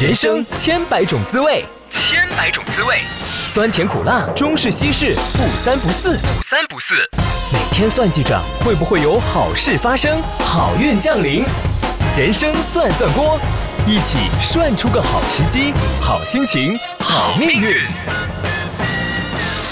人生千百种滋味，千百种滋味，酸甜苦辣，中式西式，不三不四。不三不四。每天算计着会不会有好事发生，好运降临。人生算算锅，一起涮出个好时机、好心情、好命运。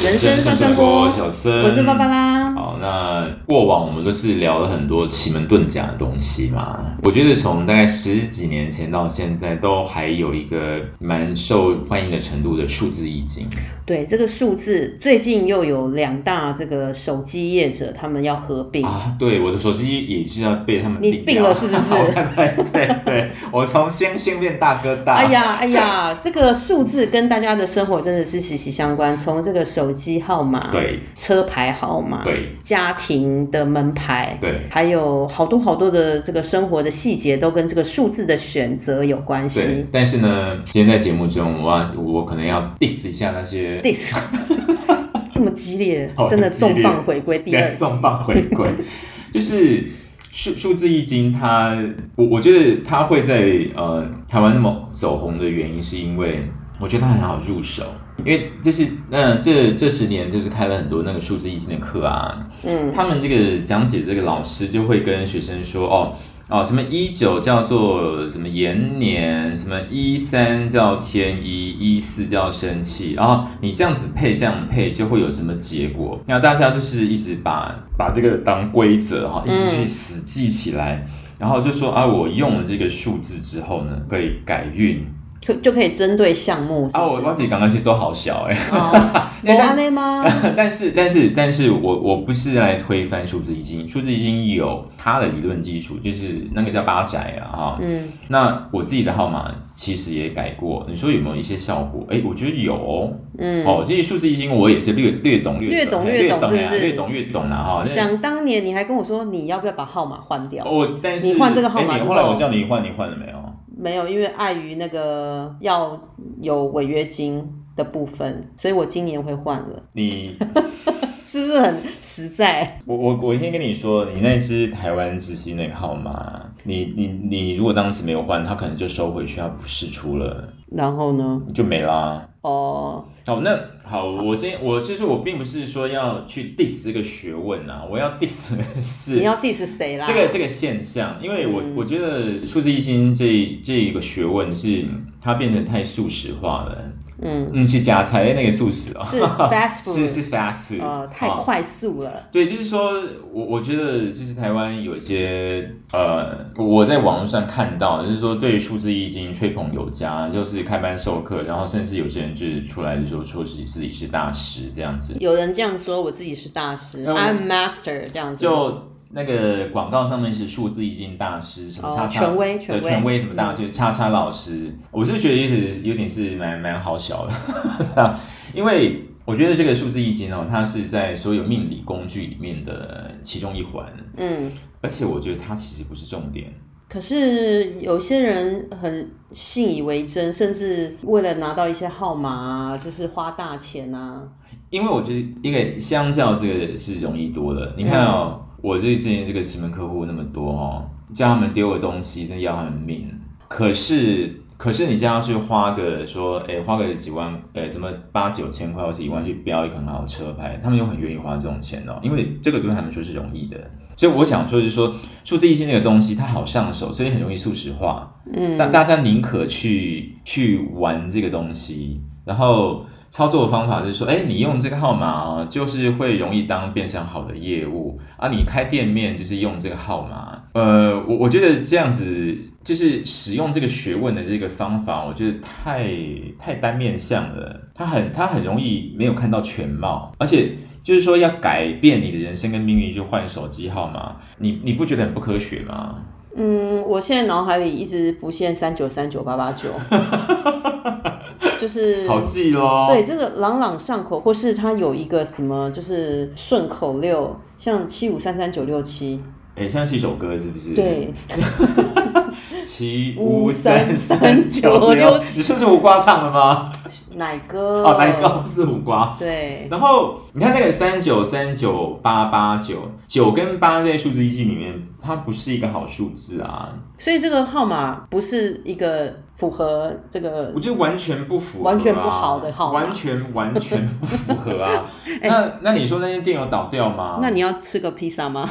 人生算算锅，小生，我是芭芭。拉。好，那过往我们都是聊了很多奇门遁甲的东西嘛，我觉得从大概十几年前到现在，都还有一个蛮受欢迎的程度的数字易经。对这个数字，最近又有两大这个手机业者他们要合并，啊，对，我的手机也是要被他们嗯你定病掉哦了是不 是对对对，我从先先变大哥大。哎呀，哎呀，这个数字跟大家的生活真的是息息相关。从这个手机号码、对车牌号码、对家庭的门牌，对还有好多好多的这个生活的细节，都跟这个数字的选择有关对系，。但是呢，今天在节目中，我要我可能要 diss 一下那些 This 这么激烈好，真的激烈重磅回归第二集。 重磅回归，就是数数字易经它，我我觉得它会在呃台湾那么走红的原因，是因为我觉得它很好入手，因为就是那、这这十年就是开了很多那个数字易经的课啊，嗯，他们这个讲解的这个老师就会跟学生说哦。哦，什么一九叫做什么延年，什么一三叫天一，一四叫生气，然后你这样子配这样配就会有什么结果？那大家就是一直把把这个当规则哈，一直去嗯死记起来，然后就说啊，我用了这个数字之后呢，可以改运就就可以针对项目是啊，不我是？我自己刚刚去做好小哎、欸 哦，那有安内吗？ 但是，但是，但是我我不是来推翻数字易经，数字易经有它的理论基础，就是那个叫八宅啊哈。嗯，那我自己的号码其实也改过，你说有没有一些效果？哎，我觉得有哦。嗯哦这些数字易经我也是略略懂略略懂略略懂哎呀是不是略懂略懂啦哈。那想当年你还跟我说你要不要把号码换掉？我但是你换这个号哎码你之后来后我叫你换，你换了没有？没有，因为碍于那个要有违约金的部分，所以我今年会换了， 你是不是很实在？我我我先跟你说，你那只台湾之星那个号码，你你你如果当时没有换，它可能就收回去，它不释出了，然后呢？就没啦。哦，好，那好，我先我就是我并不是说要去 diss 这个学问啊，我要 diss 的是你要 diss 谁啦？这个这个现象，因为我、嗯我觉得数字一心这这一个学问是它变得太速食化了， 嗯，嗯，是夹菜那个速食哦，是 fast 是 food，是 fast food，呃，太哦快速了。对，就是说我我觉得就是台湾有一些呃，我在网络上看到，就是说对于数字易经吹捧有加，就是开班授课，然后甚至有些人就是出来的时候说自己自己是大师这样子，有人这样说，我自己是大师、嗯 i m master，这样子。哦就。那个广告上面是数字易经大师，什么哦叉叉、权威权威对权威什么大，嗯就是叉叉老师，我是觉得一直有点是蛮蛮好笑的， 因为我觉得这个数字易经哦，它是在所有命理工具里面的其中一环，嗯，而且我觉得它其实不是重点。可是有些人很信以为真，甚至为了拿到一些号码啊，就是花大钱啊。因为我觉得一个相较这个是容易多了。你看哦，我这之前这个奇门客户那么多哦，叫他们丢个东西，那要他们命。可是可是你叫他去花个说，哎，花个几万，呃，什么八九千块或是一万去标一个很好的车牌，他们又很愿意花这种钱哦，因为这个对他们说是容易的。所以我想说，就是说数字易经这个东西，它好上手，所以很容易速食化。嗯，但大家宁可去去玩这个东西，然后操作的方法就是说，哎，你用这个号码哦，就是会容易当变相好的业务啊。你开店面就是用这个号码，呃，我我觉得这样子就是使用这个学问的这个方法，我觉得太太单面向了，它很它很容易没有看到全貌，而且。就是说，要改变你的人生跟命运，就换手机号码，你你不觉得很不科学吗？嗯，我现在脑海里一直浮现三九三九八八 九，就是好哦记咯。对，这个朗朗上口，或是它有一个什么就是顺口溜，像七五三三九六七，诶，像哎是一首歌是不是？对，七五五三三三三九九六六，你是不是胡瓜唱的吗？奶哥，哦，来个不是胡瓜。对，然后你看那个三九三九八八九，九跟八在数字一经里面它不是一个好数字啊，所以这个号码不是一个符合这 个我觉得完全不符合、啊，完全不好的号码完全完全不符合啊。 哎那那你说那间店有倒掉吗？那你要吃个披萨吗？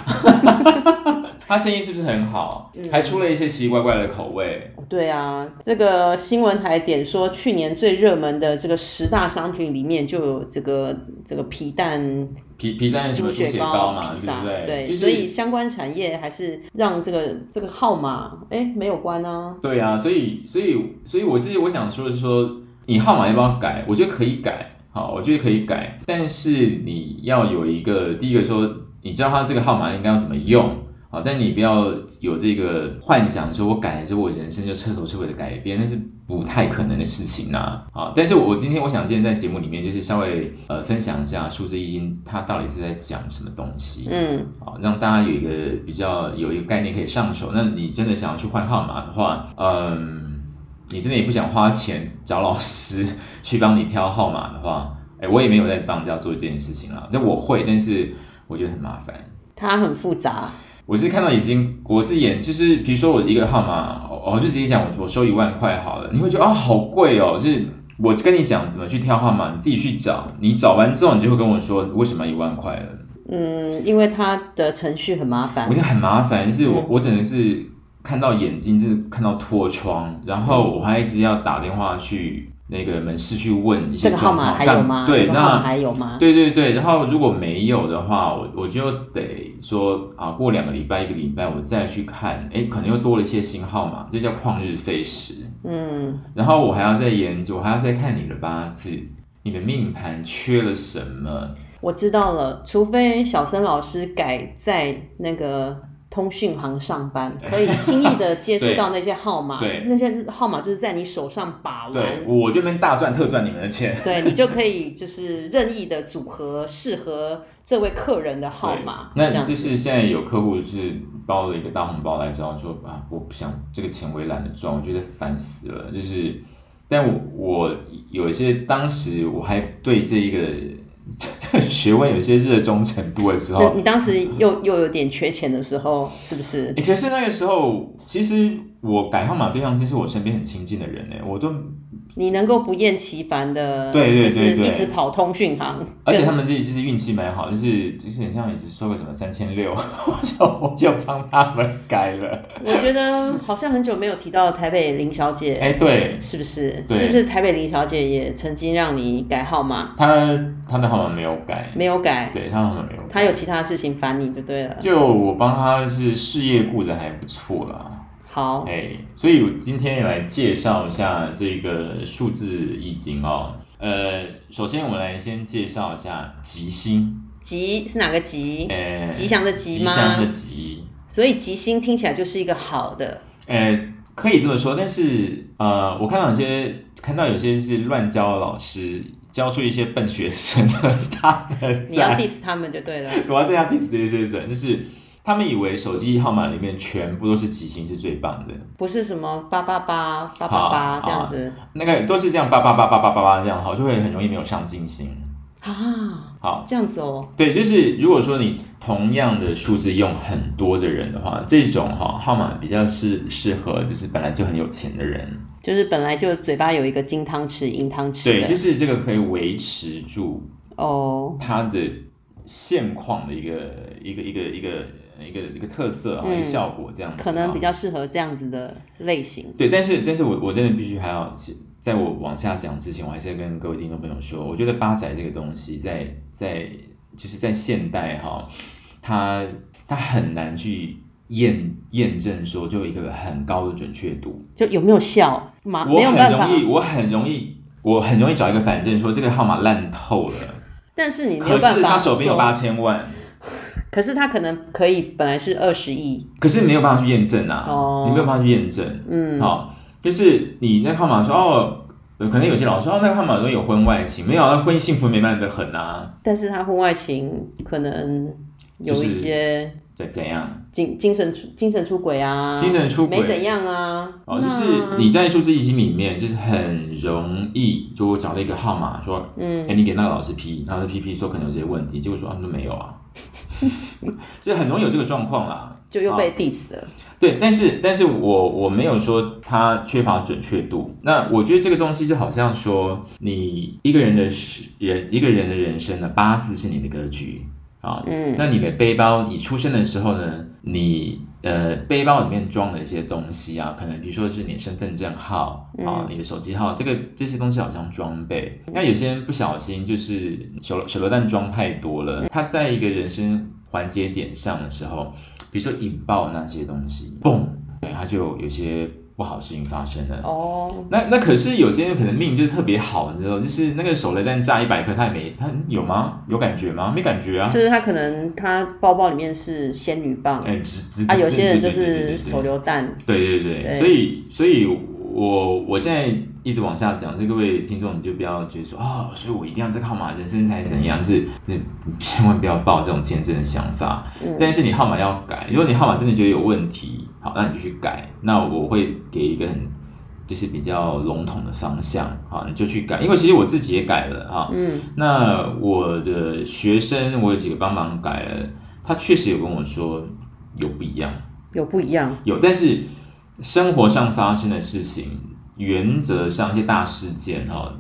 他生意是不是很好？嗯还出了一些奇奇怪怪的口味。对啊，这个新闻还点说，去年最热门的这个十大商品里面就有这个这个皮蛋、皮皮蛋什猪么猪血血糕糕、嘛，披对萨不，对？就是、所以相关产业还是让这个这个号码哎没有关啊。对啊，所以所以所以我自己我想说的是说，你号码要不要改？我觉得可以改，好，我觉得可以改，但是你要有一个第一个说，你知道它这个号码应该要怎么用。好，但你不要有这个幻想，说我改了之后，我人生就彻头彻尾的改变，那是不太可能的事情呐、啊。好，但是我我今天我想今天在节目里面，就是稍微呃分享一下数字易经它到底是在讲什么东西。嗯，好，让大家有一个比较有一个概念可以上手。那你真的想要去换号码的话，嗯，你真的也不想花钱找老师去帮你挑号码的话，哎、我也没有在帮人家做这件事情啦。那我会，但是我觉得很麻烦。它很复杂，我是看到眼睛，我是眼，就是比如说我一个号码，哦我我就直接讲我我收一万块好了，你会觉得啊、好贵哦，就是。我跟你讲怎么去挑号码，你自己去找。你找完之后，你就会跟我说为什么要一万块了。嗯，因为它的程序很麻烦嗯我觉。得很麻烦，是我我真的是看到眼睛，就是看到脱窗，然后嗯我还一直要打电话去那个门市去问一些这个号状况，码还但有吗？对，这个号码那还有吗？对对对，然后如果没有的话，我我就得说啊，过两个礼拜一个礼拜我再去看，哎，可能又多了一些新号码，这叫旷日费时。嗯，然后我还要再研究，我还要再看你的八字，你的命盘缺了什么。我知道了，除非小森老师改在那个通讯行上班，可以轻易的接触对到那些号码，对那些号码就是在你手上把玩。对我这边大赚特赚你们的钱。对你就可以就是任意的组合适合这位客人的号码，对这那样就子是现在有客户是包了一个大红包来找我说啊，我不想这个钱我也懒得赚，我觉得烦死了。就是，但我我有一些当时我还对这一个这个 学问有些热衷程度的时那候你，当时又又有点缺钱的时候，是不是？欸可是那个时候其实我改号码对象就是我身边很亲近的人呢、我都你能够不厌其烦的，对对就对是对一直跑通讯行，而且他们自己就是运气蛮好，就是就是很像也只收个什么三千六， 我就我就帮他们改了。我觉得好像很久没有提到台北林小姐，哎、对，是不是？对是不是台北林小姐也曾经让你改号码，他他的号码没有改，没有改，对他好像没有改。她有其他事情烦你就对了。就我帮他是事业顾得还不错啦，好，哎，所以我今天也来介绍一下这个数字易经哦。呃，首先我们来先介绍一下吉星，吉是哪个吉？呃，吉祥的吉吉吗？祥的吉，所以吉星听起来就是一个好的，呃，可以这么说，但是呃，我看到有些看到有些是乱教的老师教出一些笨学生的，他们你要在 diss 他们就对了。我要这样 diss 这些人，就是他们以为手机号码里面全部都是吉星是最棒的。不是什么八八八八八八好这样子那个都是这样叭叭叭叭叭叭叭这样，好，就会很容易没有上进心。啊，好，这样子哦，对，就是如果说你同样的数字用很多的人的话，这种哈、号码比较是适合就是本来就很有钱的人，就是本来就嘴巴有一个金汤匙、银汤匙对，的、就是这个可以维持住哦，它的现况的一个一个一个一个一个一个特色哈、嗯一个效果这样子，可能比哈较适合这样子的类型。对，但是但是我我真的必须还要在我往下讲之前，我还是要跟各位听众朋友说，我觉得八宅这个东西在在就是在现代哈，它它很难去验验证说就有一个很高的准确度。就有没有效？嘛，我啊没有很办法容。易，我很容易，我很容易找一个反证说这个号码烂透了，但是你没可有办是法他手边有说八，千万。可是他可能可以本来是二十亿，可是没有办法去验证啊，哦你没有办法去验证。嗯好，就是你那个号码说哦，呃可能有些老师说哦，那个号码说有婚外情，没有啊，那婚姻幸福美满的很啊，但是他婚外情可能有就是一些怎怎样？精精神出精神出轨啊，精神出轨没怎样啊，哦，那就是你在数字易经里面，就是很容易，就我找了一个号码说，哎、嗯你给那个老师批，然后他批批说可能有这些问题，结果说啊，那没有啊， 就很容易有这个状况啦。就又啊被 diss 了。对，但是但是我我没有说它缺乏准确度。那我觉得这个东西就好像说，你一个人的是人一个人的人生呢，八字是你的格局啊。嗯那你的背包，你出生的时候呢，你呃背包里面装了一些东西啊，可能比如说是你的身份证号啊、嗯你的手机号，这个这些东西好像装备。那有些人不小心就是手榴手榴弹装太多嗯了，他在一个人生环节点上的时候，比如说引爆那些东西，嘣，对，他就有些不好的事情发生了。哦，那那可是有些人可能命就是特别好，你知道，就是那个手雷弹炸一百颗，他也没他有吗？有感觉吗？没感觉啊就。是他可能他包包里面是仙女棒，哎，直直啊，有些人就对对对对是对对手榴弹。对对对，对所以所以我我现在一直往下讲，所以各位听众你就不要觉得说啊、所以我一定要这个号码，人生才怎样，是是千万不要抱这种天真的想法。嗯但是你号码要改，如果你号码真的觉得有问题，好，那你就去改。那我会给一个很就是比较笼统的方向，好，你就去改。因为其实我自己也改了哈，嗯那我的学生我有几个帮忙改了，他确实有跟我说有不一样。有不一样，有，但是生活上发生的事情，原则上一些大事件哈、哦，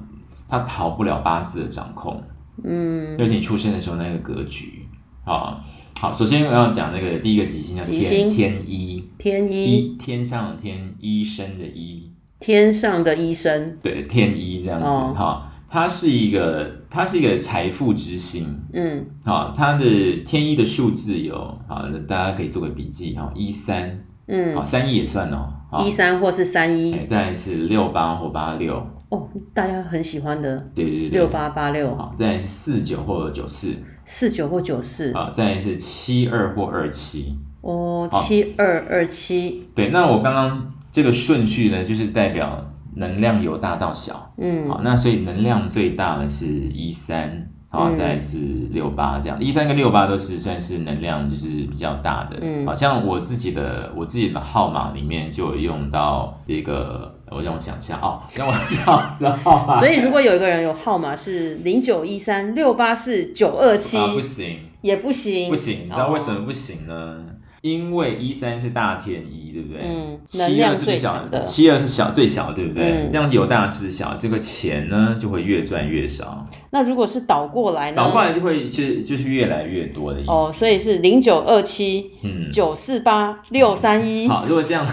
它逃不了八字的掌控，嗯，就是你出生的时候那个格局啊。好，首先我要讲那个第一个吉星叫吉天星天一天一一天上的天医生的医，天上的医生，对天一这样子哦哈、它是一个它是一个财富之星。嗯，好，它的天一的数字有好，大家可以做个笔记哈，一三，嗯好三一也算哦，好一三或是三哎一，再来是六八或八六，哦，大家很喜欢的对对对，六八八六、好，再来是四九或九四四九或九四，啊，再来是七二或二七。哦，好七二二七，对，那我刚刚这个顺序呢，就是代表能量由大到小。嗯好，那所以能量最大的是一三。好，嗯再来是六八这样，一三跟六八都是算是能量就是比较大的。嗯好像我自己的我自己的号码里面就有用到这个，我让我想一下哦，让我想这号码。所以如果有一个人有号码是零九一三六八四九二七，啊，不行，也不行，不行，你知道为什哦？么不行呢？因为一三是大天一，对不对？嗯七能二量是最小强的七二是小最小，对不对？嗯这样由大至小，这个钱呢就会越赚越少，那如果是倒过来呢？倒过来就会是就是越来越多的意思。哦，所以是零九二七嗯，九四八六三一， 好，如 果这样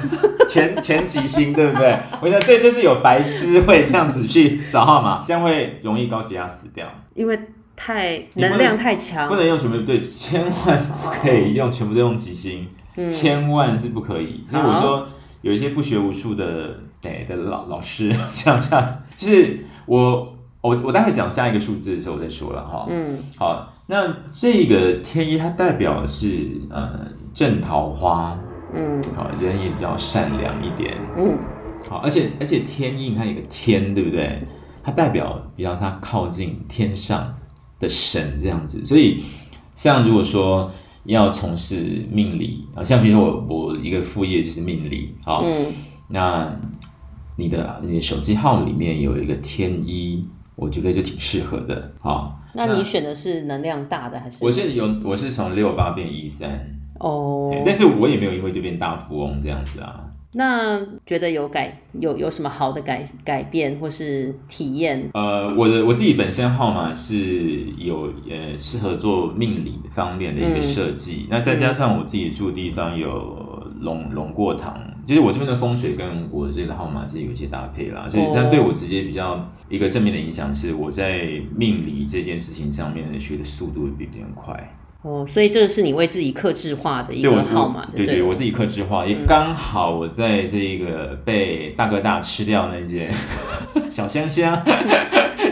全全齐心，对不对？我想这就是有白痴会这样子去找号码，这样会容易高血压死掉。因为太你不能能量太强，不能用全部对，千万不可以用全部都用吉星，嗯千万是不可以。所以好我说有一些不学无术的哎的老老师， 像这样，就是我我我待会讲下一个数字的时候我再说了哈。嗯好，那这个天一它代表的是呃正桃花，嗯好人也比较善良一点，嗯，好，而且而且天一你看有个天，对不对？它代表比较它靠近天上的神这样子，所以像如果说要从事命理啊，像比如说我我一个副业就是命理啊，好嗯那你的你的手机号里面有一个天一，我觉得就挺适合的啊。那你选的是能量大的还是？我现在有我是从六八变一三、哦，但是我也没有因为就变大富翁这样子啊，那觉得有改有有什么好的改改变或是体验？呃，我的我自己本身号码是有呃适合做命理方面的一个嗯设计，那再加上我自己住的地方有龙龙过堂，就是我这边的风水跟我这个号码是有一些搭配啦，所以哦它对我直接比较一个正面的影响是我在命理这件事情上面学的速度会比别人快，哦，所以这个是你为自己克制化的一对我个号码，对不对嗯我自己克制化，也刚好我在这个被大哥大吃掉那件 小 香香，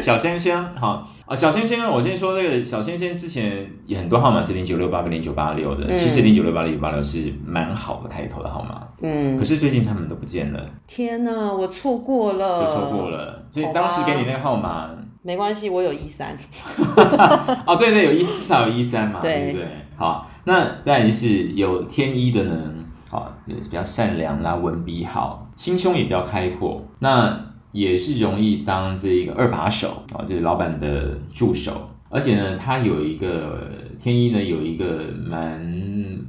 小香香，好啊，小香香，我先说这个小香香之前也很多号码是零九六八跟零九八六的，嗯其实零九六八零九八六是蛮好的开头的号码，可嗯，是最近他们都不见了，天哪，我错过了，都错过，了，所以哦好吧当时给你那个号码，没关系，我有一三， 哦，对对，有一至少有一三嘛，对对不对？好，那再来就是有天一的呢，好，也比较善良啦，文笔好，心胸也比较开阔，哦那也是容易当这个二把手啊，就是老板的助手。而且呢，它有一个天一呢有一个蛮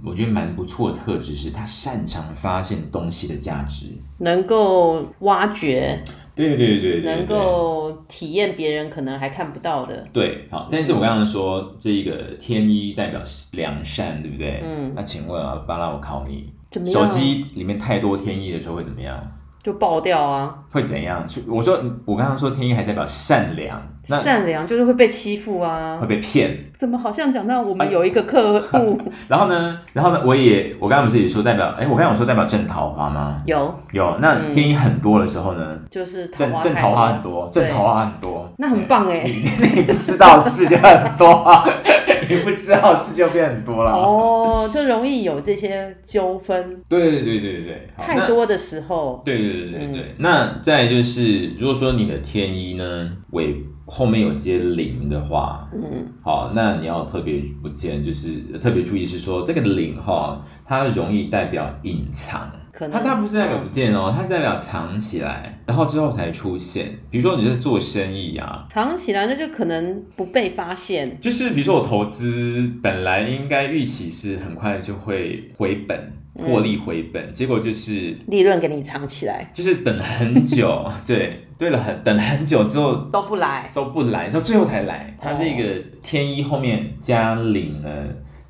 我觉得蛮不错的特质是，他擅长发现东西的价值。能够挖掘，对对对对对，能够体验别人可能还看不到的。对，好，但是我刚刚说这一个天一代表良善，对不对？嗯那请问啊，巴拉，我考你，怎么手样？机里面太多天一的时候会怎么样？就爆掉啊！会怎样？去我说，我刚刚说天一还代表善良，那善良就是会被欺负啊会！被骗。怎么好像讲到我哎们有一个客 户然后呢，然后呢，我也我刚刚不是也说代表，哎，我刚刚有说代表正桃花吗？有，有，那天一很多的时候呢，就是嗯桃正花正开桃花花很多，对正桃花很多，那很棒哎、你你不知道事就很多 啊，你不知道事就变很多了。哦，就容易有这些纠纷，对对对对对，好太。多的时候那对对对对对。那再来就是，如果说你的天一呢尾后面有接零的话，嗯，好，那你要特别不见，就是呃特别注意是说这个零哈，它容易代表隐藏。可它能它不是代表不见哦，它是代表藏起来，然后之后才出现。比如说你在做生意啊，藏起来，那就可能不被发现。就是比如说我投资本来应该预期是很快就会回本，获利回本，结果就是利润给你藏起来就是等了很久， 对，对了很等了很久之后都不来，都不来，到最后才来。他这个天一后面加零呢，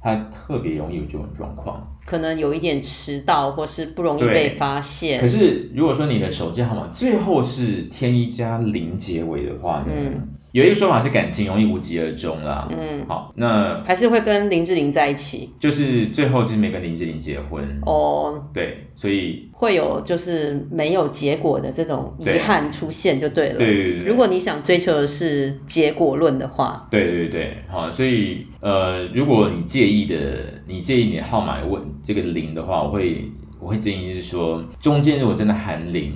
他特别容易有这种状况。可能有一点迟到，或是不容易对被发可现。是如果说你的手机号码最后是天一加零结尾的话呢，嗯有一个说法是感情容易无疾而终啦。嗯，好，那还是会跟林志玲在一起就是最后就是没跟林志玲结婚，哦，对，所以会有就是没有结果的这种遗对憾出现就对了。对对对，如果你想追求的是结果论的话，对对对，好，所以呃，如果你介意的，你介意你的号码问这个零的话，我会我会建议是说，中间如果真的含零，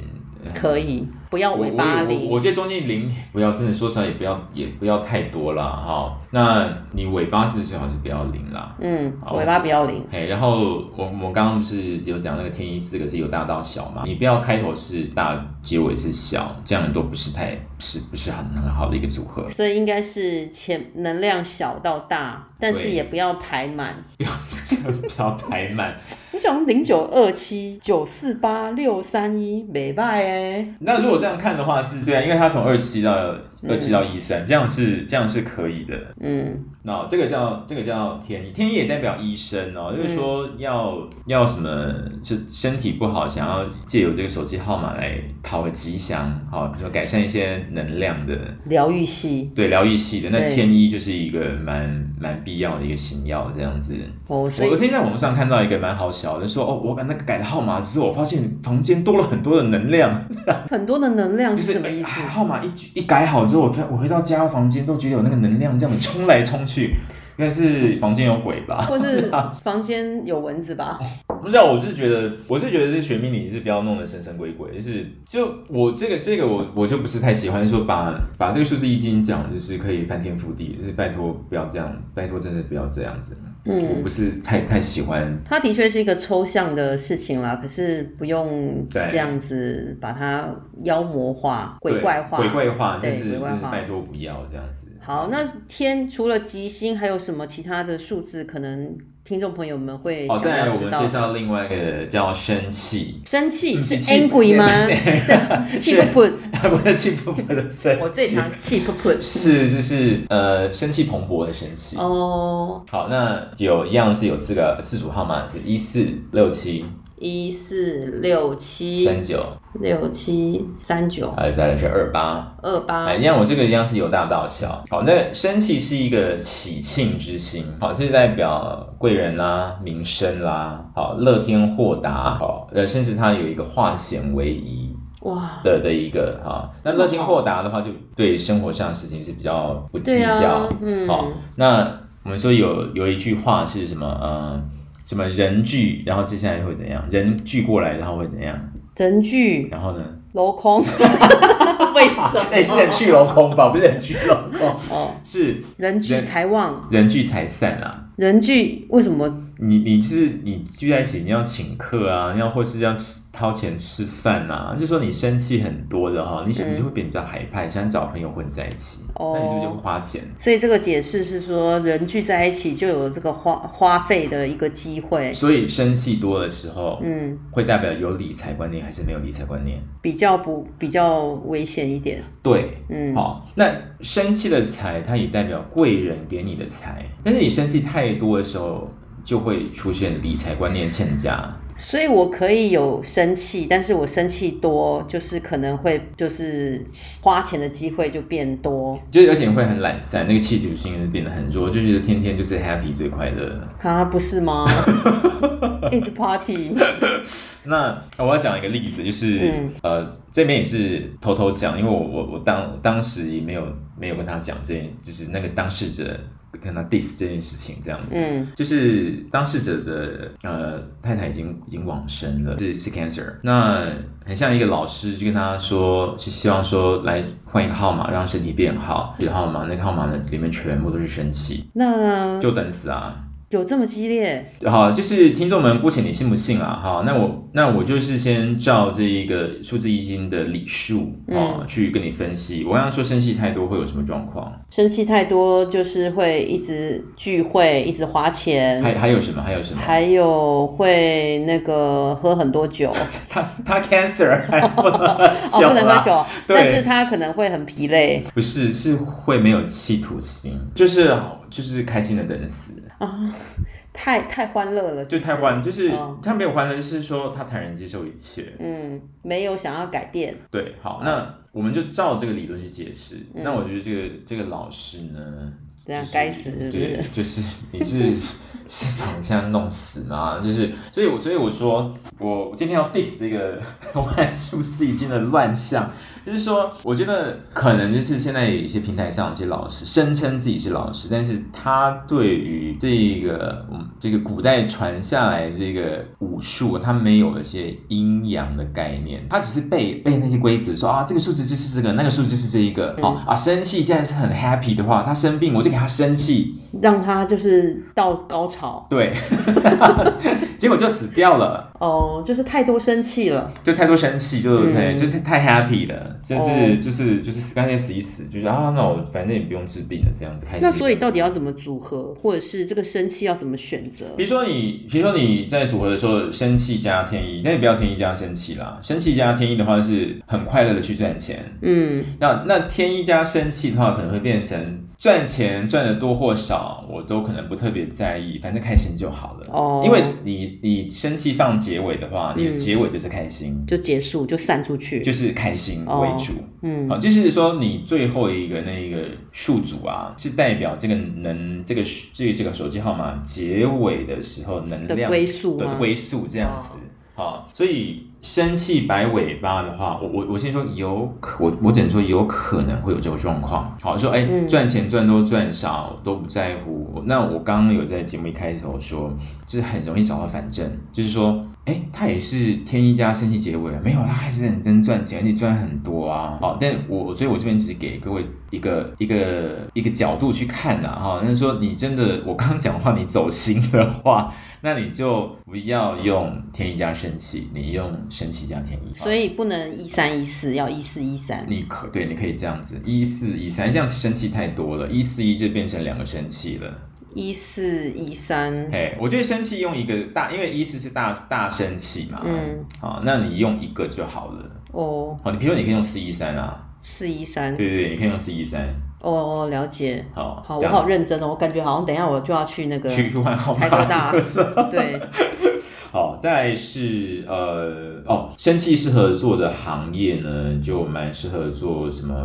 可以不要我我尾巴我零我觉得中间零不要真的说实话也不要也不要太多啦。哈。那你尾巴是最好是不要零啦。嗯，好尾巴不要零，嘿，然后我我刚刚不是有讲那个天一四个是由大到小嘛，你不要开头是大，结尾是小，这样都不是太是不是很很好的一个组合。 所以应该是前能量小到大，但是对也不要排满。这样比较排满，我想零九二七九四八六三一，没败哎，那如果这样看的话是，对啊，因为它从二七到二七到一三、这样是这样是可以的。嗯，那这个叫这个叫天意，天意也代表医生哦，就是说要、要什么，就身体不好，想要借由这个手机号码来讨个吉祥，好，就改善一些能量的，疗愈系对疗愈系的。那对天意就是一个蛮蛮必要的一个新药，这样子。哦，所我我以最近在网络上看到一个蛮好笑的，说哦，我把那个改了号码之后，我发现房间多了很多的能量。很多的能量就是是什么意思？哎啊号码一举一改好之后，我看我回到家房间都觉得有那个能量这样子冲来冲去，应该是房间有鬼吧？或是房间有蚊子 吧？不知道，我是觉得我是觉得是学命理是不要弄得神神鬼鬼，就是就我这个这个我我就不是太喜欢说把把这个数字易经讲就是可以翻天覆地，就是拜托不要这样，拜托真的不要这样子，我嗯不。是太太喜欢。它的确是一个抽象的事情啦，可是不用对这样子把它妖魔化、鬼怪化。对鬼怪化，就对是鬼真怪的化拜托不要这样子。好，那天除了吉星，还有什么其他的数字？可能听众朋友们会好，想再来要哦我知们道介的。绍另外一个叫生气，生气嗯是气 angry 吗？对是 是气噗噗， 不是气不不的生气，我最常气噗噗。是就是呃生气蓬勃的生气。哦，好，那有一样是有四个四组号码是一四六七一四六七三九，六七三九还有再来是二八。二八哎，一样我这个一样是由大到小。好，那生气是一个喜庆之心，好，这代表贵人啦、名声啦，好，乐天豁达，好，呃，甚至它有一个化险为夷。哇，的的一个哈。那乐天豁达的话，就对生活上的事情是比较不计对较啊。嗯好，那我们说有有一句话是什么？呃，什么人聚，然后接下来会怎样？人聚过来，然后会怎样？人聚然后呢？镂空，为什么？哎、是人去楼空吧？不是人聚楼空， 哦，是人聚人财旺，人聚才散啊。人聚为什么？你你是你聚在一起，你要请客啊，你要或是要吃掏钱吃饭啊，就说你生气很多的哈，你嗯你就会变得比较海派，想找朋友混在一起，哦那你是不是就会花钱？所以这个解释是说，人聚在一起就有这个花花费的一个机会，所以生气多的时候，嗯，会代表有理财观念还是没有理财观念？比较不比较危险一点。对，嗯，好，那生气的财，它也代表贵人给你的财，但是你生气太多的时候，就会出现理财观念欠佳。所以我可以有生气，但是我生气多，就是可能会就是花钱的机会就变多就是而且你会很懒散，那个企图心也是变得很弱，就觉得天天就是 happy 最快乐。啊，不是 吗？一直 party，那呃我要讲一个例子，就是、嗯呃，这边也是偷偷讲，因为我我我当当时也没有没有跟他讲这件，就是那个当事者跟他 diss 这件事情这样子。嗯就是当事者的呃太太已经已经往生了，是是 cancer。那很像一个老师就跟他说，是希望说来换一个号码，让身体变好。这个号码那个号码呢里面全部都是生气，那就等死啊。有这么激烈？好，就是听众们，姑且你信不信啦？哈，那我那我就是先照这一个数字易经的理数啊、嗯去跟你分析。我刚刚说生气太多会有什么状况？生气太多就是会一直聚会，一直花还钱，还有什么？还有什么？还有会那个喝很多 酒，他他 cancer 还不能喝哦，酒不能啦喝酒，对但是他可能会很疲累不是，是会没有企图心，就是就是开心的等死，啊，太太欢乐了是就不太欢，是就是、嗯他没有欢乐，就是说他坦然接受一切。嗯，没有想要改变，对，好，那我们就照这个理论去解释。那我觉得这个这个老师呢，对啊就，是嗯该死是不对是？就是 你是是把我这样弄死吗？就是，所以我所以我说，我我今天要 diss 这个 万数字已经的乱象，就是说，我觉得可能就是现在有一些平台上有些老师声称自己是老师，但是他对于这个嗯这个古代传下来的这个武术，他没有一些阴阳的概念，他只是背背那些规则，说啊这个数值就是这个，那个数值就是这一个，哦啊生气既然是很 happy 的话，他生病我就给他生气，让他就是到高潮对，结果就死掉了。哦，就是太多生气了，就太多生气，就对，嗯就是太 happy 了，就是、哦就是就是干脆死一死，就是啊，那我反正也不用治病了，这样子开心。那所以到底要怎么组合，或者是这个生气要怎么选择比？如说你，比如说你在组合的时候，生气加天意，那你不要天意加生气啦，生气加天意的话是很快乐的去赚钱，嗯，那那天一加生气的话，可能会变成赚钱赚的多或少，我都可能不特别在意，反正开心就好了。哦因为你你生气放结尾的话，你的嗯结尾就是开心，就结束，就散出去，就是开心为主。嗯好，就是说你最后一个那个数组啊，是代表这个能这个这个这个手机号码结尾的时候能量的归宿的吗哦归啊宿这样子。好，所以生气摆尾巴的话，我我我先说有可我我只能说有可能会有这个状况。好，说哎嗯赚钱赚多赚少都不在乎。那我刚刚有在节目一开头说，就是很容易找到反正，就是说。哎，他也是天一加生气结尾啊，没有，他还是认真赚钱，而且赚很多啊。好，但我所以，我这边只是给各位一个一个一个角度去看的、哈。那说你真的，我刚刚讲话你走心的话，那你就不要用天一加生气，你用生气加天一。所以不能一三一四，要一四一三。你可对，你可以这样子一四一三，这样生气太多了，一四一就变成两个生气了。一四一三，嘿，我觉得生气用一个大，因为一四是大大生气嘛，嗯，好，那你用一个就好了。哦，好，你比如说你可以用四一三啊，四一三，对对，对你可以用四一三。哦，了解。好，好，我这样好认真哦，我感觉好像等一下我就要去那个去去换号码台科，大是不是？对，好，再来是呃哦，生气适合做的行业呢，就蛮适合做什么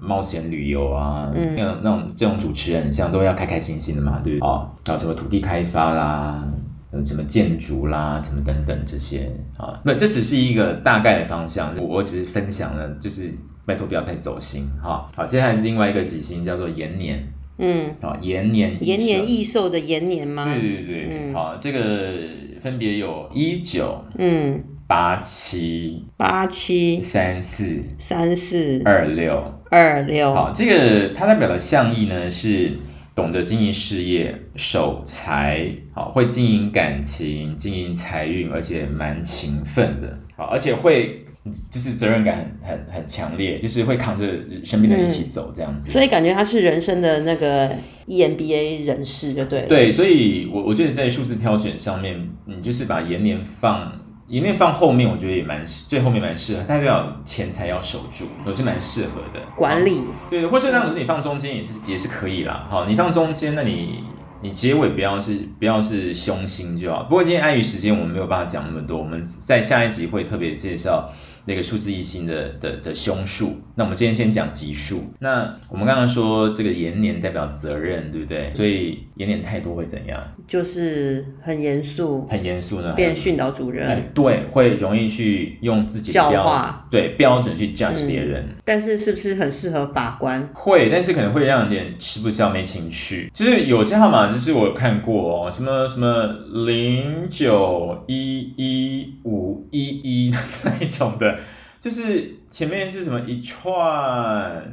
冒险旅游啊，嗯嗯那种那种这种主持人像都要开开心心的嘛，对不对？哦，还有什么土地开发啦。呃，什么建筑啦，什么等等这些啊，那这只是一个大概的方向，我我只是分享了，就是拜托不要太走心哈。好，接下来另外一个几星叫做延年嗯，啊，延年益延寿年益寿的延年吗？对对对，嗯好，这个分别有一九嗯，八七八七三四三四二六。二六，好，这个它代表的象意呢是懂得经营事业、守财，好，会经营感情、经营财运，而且蛮勤奋的，好，而且会就是责任感很很很强烈，就是会扛着身边的人一起走这样子。所以感觉他是人生的那个 E EMBA 人士，就对了。，对，所以我我觉得在数字挑选上面，你就是把延年放延年放后面，我觉得也蛮最后面蛮适合，代表钱财要守住，我是蛮适合的管。理对，或是那种你放中间也是也是可以啦。好，你放中间，那你你结尾不要是不要是凶星就好。不过今天碍于时间，我们没有办法讲那么多，我们在下一集会特别介绍那个数字一星的的的凶数。那我们今天先讲吉数。那我们刚刚说这个延年代表责任，对不对？所以延年太多会怎样？就是很严肃，很严肃呢？变训导主哎任。，对，会容易去用自己的教标化对标准去 judge 嗯别人。但是是不是很适合法官？会，但是可能会让人有点吃不消、没情趣。就是有些号码，就是我看过哦，什么什么零九一一五一一那一种的，就是前面是什么一串，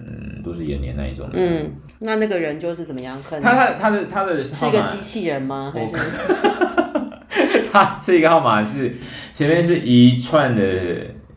嗯都是延年那一种。，嗯，那那个人就是怎么样？很他他他的他的是号一个码，机器人吗？还是 他这个号码是前面是一串的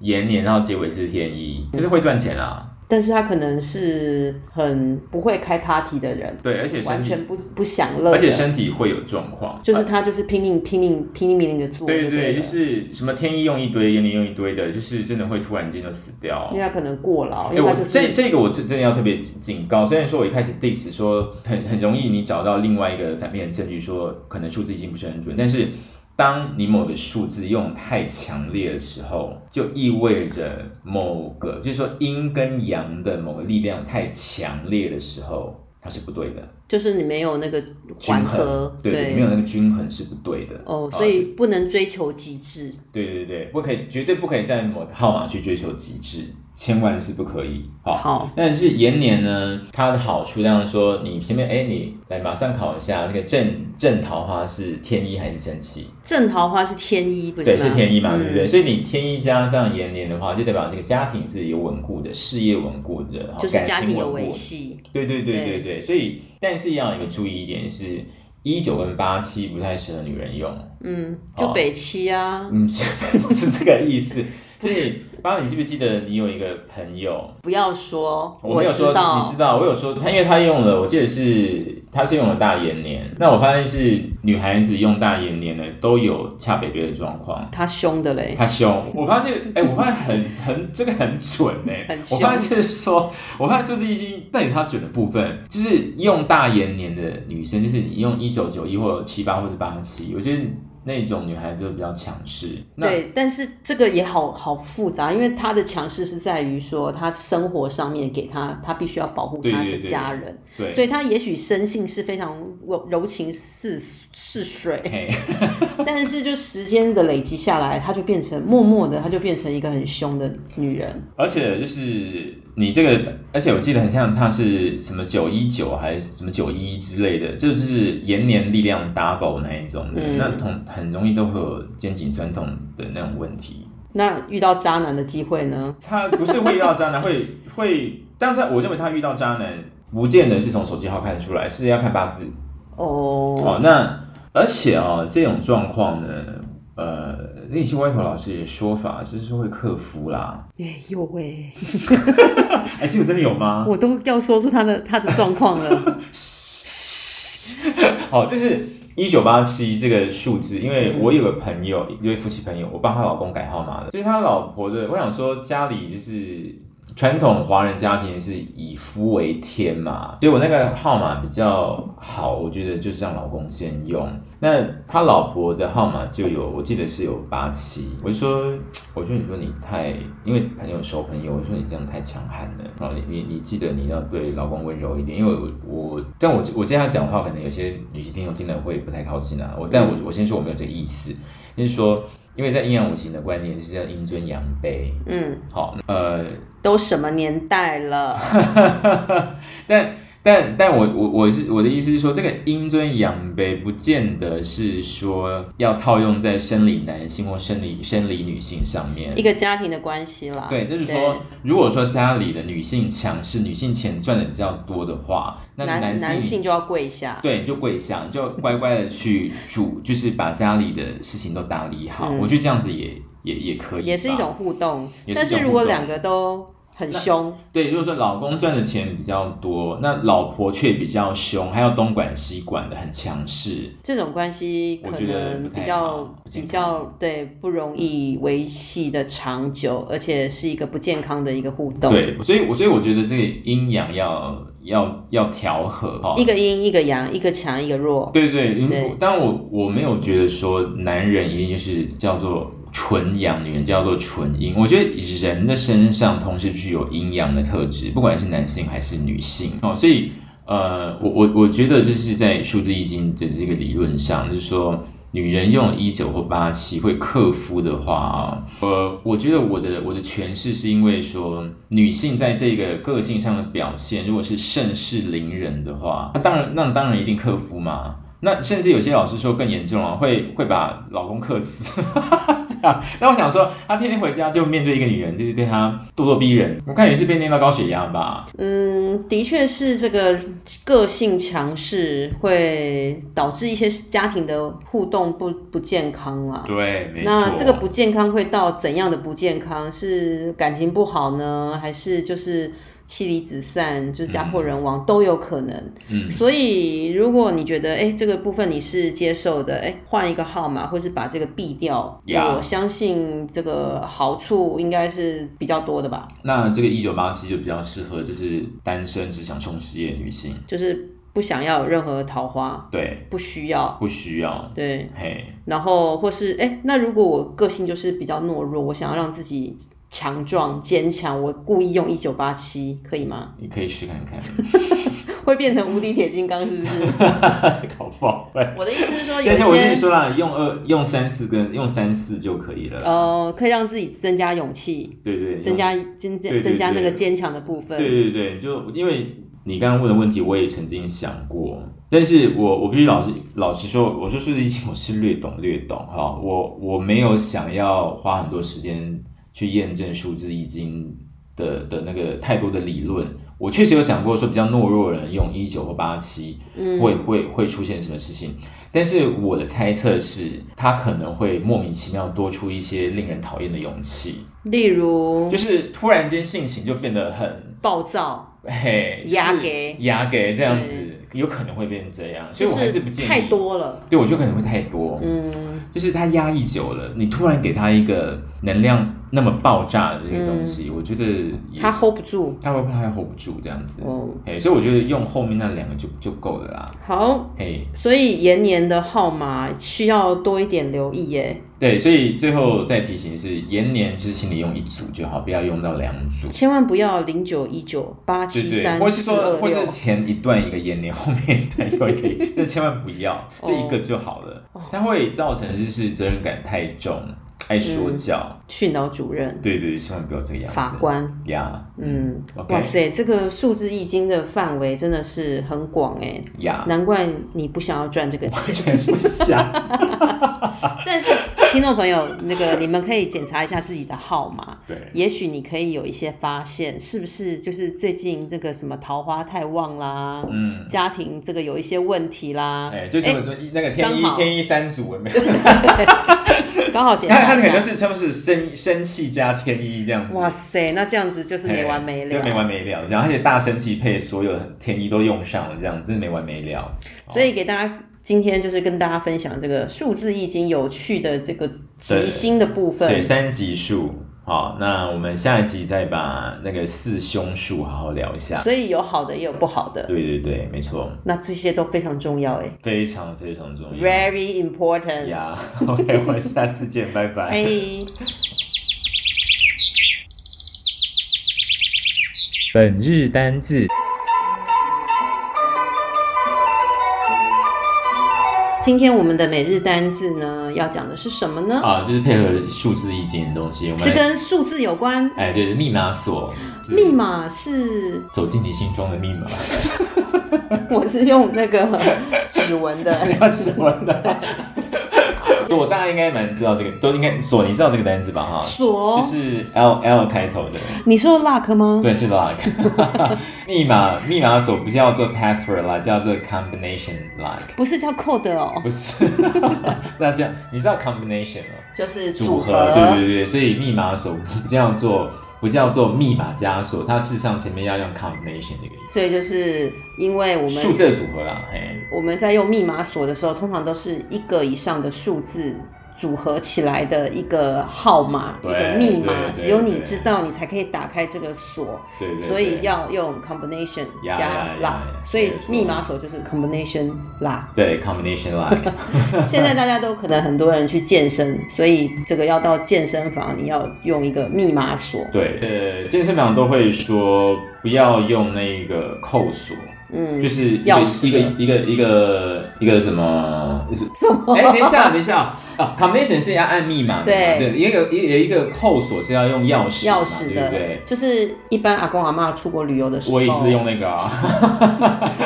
延年，然后结尾是天一，可是会赚钱啊。但是他可能是很不会开 party 的人，对，而且身完体，全不不享乐的，而且身体会有状况，就是他就是拼命拼命拼命命令的做，对对，对了，就是什么天一用一堆，烟林用一堆的，就是真的会突然间就死掉。因为他可能过劳，因哎、为我他就这是这个我真真的要特别警警告，虽然说我一开始 diss 说很很容易你找到另外一个反面的证据说可能数字已经不是很准，但是当你某个数字用太强烈的时候，就意味着某个就是说阴跟阳的某个力量太强烈的时候，它是不对的，就是你没有那个均缓衡和，对对，没有那个均衡是不对的。哦，啊所是以不能追求极致。对对对，不可以，绝对不可以在某个号码去追求极致，千万是不可以。好，好，但是延年呢，它的好处当然说，你前面哎，你来马上考一下那个正正桃花是天一还是正七？正桃花是天一，不是对，吗是天一嘛，对不对？嗯所以你天一加上延年的话，就代表这个家庭是有稳固的，事业稳固的，好就是感家情庭稳有固维的系，对对对对对对，所以但是要有一个注意一点是，一九跟八七不太适合女人用。嗯，好就北七啊，嗯， 是不是这个意思？就是，爸，你记不记得你有一个朋友？不要说，我没有知说，道，你知道，我有说他，因为他用了，我记得是他是用了大延年。那我发现是女孩子用大延年的都有恰北北的状况。他凶的嘞，他凶，我发现，哎、我发现很 很这个很准哎、很我凶发现是说，我发现数字易经那里它准的部分，就是用大延年的女生，就是你用一九九一或七八或是八七，我觉得那种女孩子就比较强势。那对，但是这个也好好复杂，因为他的强势是在于说他生活上面给他，他必须要保护对他对的对家人，对，所以他也许生性是非常柔柔情似似水， 嘿，但是就时间的累积下来，他就变成默默的，他就变成一个很凶的女人，而且就是你这个，而且我记得很像它是什么九一九还是什么九一之类的，这就是延年力量 double 那一种的，嗯那同很容易都会有肩颈酸痛的那种问题。那遇到渣男的机会呢？他不是会遇到渣男， 会会，但是我认为他遇到渣男，不见得是从手机号看得出来，是要看八字。哦，哦，那而且啊、这种状况呢，呃，那些外婆老师的说法是说会克 服啦。哎呦喂，哎，这个真的有吗？我都要说出他的他的状况 了，好，哦就是一九八七这个数字，因为我有个朋友，一位夫妻朋友，我帮她老公改号码了，就是她老婆的，我想说家里就是。传统华人家庭是以夫为天嘛，所以我那个号码比较好，我觉得就是让老公先用。那他老婆的号码就有，我记得是有八七，我就说，我说你说你太，因为朋友熟朋友，我说你这样太强悍了。哦，你你你记得你要对老公温柔一点，因为我我，但我我这样讲的话，可能有些女性听众听了会不太靠近啊。我但我我先说我没有这个意思，就是说，因为在阴阳五行的观念是要阴尊阳卑。嗯，好，呃，都什么年代了？但但但我我我是我的意思是说，这个阴尊阳卑不见得是说要套用在生理男性或生理生理女性上面一。个家庭的关系啦。对，就是说，如果说家里的女性强势，女性钱赚的比较多的话，那对，男性男性就要跪下。对，你就跪下，你就乖乖的去 煮，就是把家里的事情都打理好。嗯我觉得这样子也也也可以吧，也是一种互动。也是一种但是如果两个都很凶，对。如果说老公赚的钱比较多，那老婆却比较凶，还要东管西管的，很强势。这种关系可我觉得能不太比较好不健比康较对不容易维系的长久，而且是一个不健康的一个互动。，对，所以我所以我觉得这个阴阳要要要调和哦。一个阴一个阳，一个强一个弱。对对，因对但我我没有觉得说男人一定是叫做纯阳，女人叫做纯阴。我觉得人的身上同时具有阴阳的特质，不管是男性还是女性哦，所以呃，我我我觉得就是在数字易经的这个理论上，就是说。女人用一九或八七会克夫的话啊、呃，我觉得我的我的诠释是因为说，女性在这个个性上的表现，如果是盛世凌人的话，那当然那当然一定克夫嘛。那甚至有些老师说更严重啊，会会把老公克死， 这样。那我想说，他天天回家就面对一个女人，就是对他咄咄逼人。我看也是被念到高血压吧。嗯，的确是这个个性强势会导致一些家庭的互动不不健康啦。对，没那这个不健康会到怎样的不健康？是感情不好呢，还是就是妻离子散，就是家破人亡、都有可能。嗯所以如果你觉得哎、诶这个部分你是接受的，哎、换一个号码或是把这个避掉 Yeah 我相信这个好处应该是比较多的吧，那这个一九八七就比较适合就是单身只想冲事业的女性，就是不想要有任何桃花，对，不需要。不需要，对，嘿，然后或是哎、诶那如果我个性就是比较懦弱，我想要让自己强壮坚强，我故意用一九八七可以吗？ 你可以试看看， 会变成无敌铁金刚是不是？搞不好会。我的意思是说，有但是我跟你些说啦，用二用三四跟用三四就可以了啦。呃，可以让自己增加勇气，对对，增加用增加对对增加那个对坚强的部分。对对对，就因为你刚刚问的问题，我也曾经想过，但是我我必须老实老实说，我说数字疫情我是略懂略懂哈，我我没有想要花很多时间去验证数字易经的的那个太多的理论。我确实有想过说，比较懦弱的人用一九或八七，嗯会会会出现什么事情？但是我的猜测是，他可能会莫名其妙多出一些令人讨厌的勇气，例如就是突然间性情就变得很暴躁，嘿，就是压给压给这样子，有可能会变成这样，所以我还就是不建议太。多了。对，我觉得可能会太多，嗯，就是他压抑久了，你突然给他一个能量那么爆炸的这个嗯东西，我觉得也他 hold 不住。他会怕他 hold 不住这样子，哦，嘿，所以我觉得用后面那两个就就够了啦，好，嘿，所以延年的号码需要多一点留意耶。对，所以最后再提醒是，延年就是请你用一组就好，不要用到两组。千万不要零九一九八对七对，三或是四说，二或是六，前一段一个延年，后面一段又一个， 这千万不要，就一个就好了。哦它会造成就是责任感太重，爱说教。训导主任、对对，千万不要这个样嗯子。法官。呀，嗯， OK 哇塞，这个数字易经的范围真的是很广哎，呀，难怪你不想要赚这个钱。全部下。 但是听众朋友，那个你们可以检查一下自己的号码， 对，也许你可以有一些发现，是不是就是最近这个什么桃花太旺啦，嗯，家庭这个有一些问题啦，哎，就结果说那个天刚一好天一三组有没有？刚好检他 他查可一能下。就是他们是生生气加天一这样子。哇塞，那这样子就是没完没嘿了，就没完没了，这样，而且大生气配所有的天一都用上了，这样真的没完没了。所以给大家今天就是跟大家分享这个数字易经有趣的这个吉星的部分对，。三级数。好，那我们下一集再把那个四凶数好好聊一下。所以有好的也有不好的，对对对，没错，那这些都非常重要哎非常非常重要。 ，very important。呀 ，OK，我们下次见，拜拜。哎。本日单字：今天我们的每日单字呢，要讲的是什么呢？啊，就是配合数字易经的东西，我们是跟数字有关，哎，对，密码锁，就是密码是走进你心中的密码， 我是用那个指纹的，要什么 的。锁大家应该蛮知道这个，都应该锁，你知道这个单字吧？哈，锁就是 L L 开头的，你说 luck 吗？对，是 lock。密码密码锁不叫做 password 啦，叫做 combination lock。不是叫 code 哦，不是，那这样你知道 combination 吗？就是组合，对对对，所以密码锁不叫做不叫做密码加锁，它事实上前面要用 combination 这个意所以就是因为我思，数们字的组合啊啦，嘿，我们在用密码锁的时候，通常都是一个以上的数字组合起来的一个号码、一对个密对码，对只有你对知道，你才可以打开这个锁。对对对，所以要用 combination 加呀呀呀 lock，呀所以没错密码锁就是 combination lock。对 combination lock，现在大家都可能很多人去健身，所以这个要到健身房，你要用一个密码锁。对，呃，健身房都会说不要用那个扣锁，就嗯，是一个钥匙一个一个一个一个什么，就是什么哎，等一下，等一下。啊、c o m b i n a t i o n 是要按密码的嘛，对对，也有也有一个扣锁是要用钥匙嘛，钥匙对的？不对？就是一般阿公阿妈出国旅游的时候，我也是用那个啊。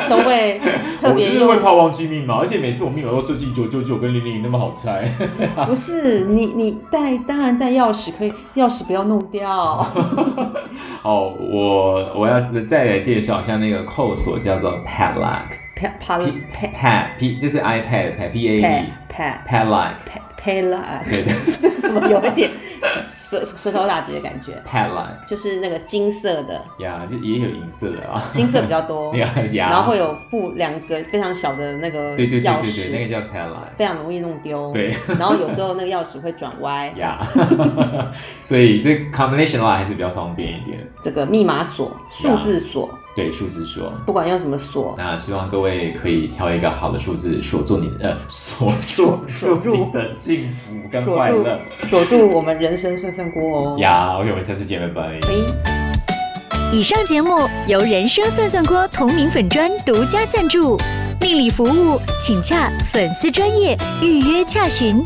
都会哦特 我就别是会用。怕忘记密码，而且每次我密码都设计九九九跟零零那么好猜。 不是你，你带当然带钥匙可以，钥匙不要弄 掉。哦，我我要再来介绍一下那个扣锁叫做 padlock，p pad pad pad pad p 就是 iPad 的 pad p a pad d pad padlock， pad pad 啦，对 对什么有一点 舌舌头打结的感觉。 padlock，就是那个金色 的，呀，就也有银色的啊，金色比较 多，呀呀，然后会有附两个非常小的那个对对对钥对匙，对，那个叫 padlock，非常容易弄丢。对， 然后有时候那个钥匙会转 歪，呀， 所以这 combination 的话还是比较方便一点。这个密码锁、数字锁，对，数字锁。不管用什么锁，那希望各位可以挑一个好的数字锁住你的呃 锁锁锁住住你的幸福跟锁快住乐锁住我们人生涮涮锅哦。哎呀。OK，我们下次见，拜拜。喂以上节目由人生算算锅同名粉专独家赞助，命理服务请洽粉丝专业预约洽询。